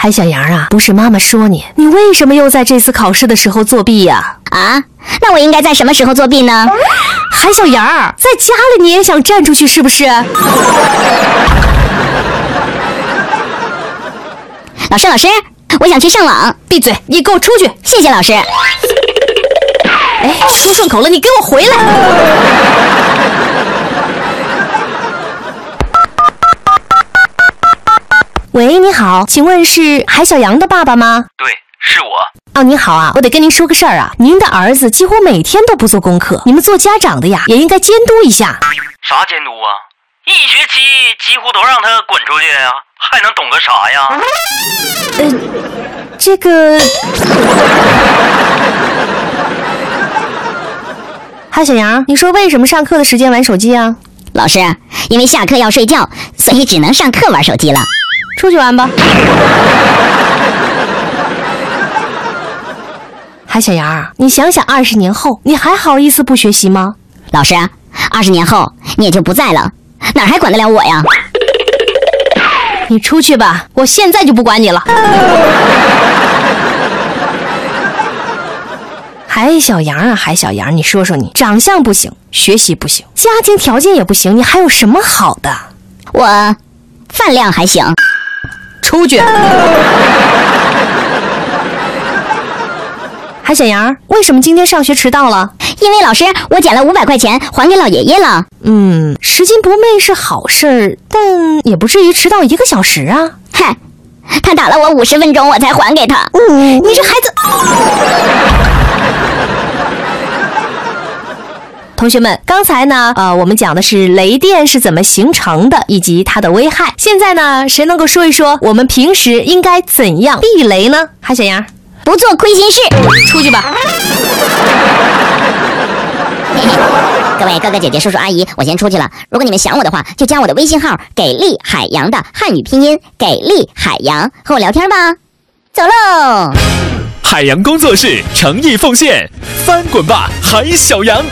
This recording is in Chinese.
韩小杨啊，不是妈妈说你，你为什么又在这次考试的时候作弊呀、啊，那我应该在什么时候作弊呢？韩小杨儿，在家里你也想站出去是不是？ 老师，老师，我想去上网。闭嘴！你给我出去！谢谢老师。哎，说顺口了，你给我回来！喂，你好，请问是韩小杨的爸爸吗？对，是我。哦，您好啊，我得跟您说个事儿啊，您的儿子几乎每天都不做功课，你们做家长的呀，也应该监督一下。啥监督啊？一学期几乎都让他滚出去呀、还能懂个啥呀？这个， 韩小杨，你说为什么上课的时间玩手机啊？老师，因为下课要睡觉，所以只能上课玩手机了。出去 玩吧。韩小杨，你想想，二十年后你还好意思不学习吗？老师，啊二十年后你也就不在了，哪还管得了我呀？你出去吧，我现在就不管你 了。韩小杨啊，韩小杨，你说说你，长相不行，学习不行，家庭条件也不行，你还有什么好的？我饭量还行。出 去！韩小杨，为什么今天上学迟到了？因为老师，我捡了五百块钱还给老爷爷了。嗯，拾金不昧是好事儿，但也不至于迟到一个小时啊。嗨，他打了我五十分钟，我才还给他。你这孩子！ 同学们，刚才呢，呃，我们讲的是雷电是怎么形成的，以及它的危害。现在呢，谁能够说一说我们平时应该怎样避雷呢？韩小杨，不做亏心事。出去吧。 各位哥哥姐姐、叔叔阿姨，我先出去了。如果你们想我的话，就加我的微信号“给力海洋”的汉语拼音“给力海洋”，和我聊天吧。走喽。海洋工作室诚意奉献，翻滚吧，韩小羊！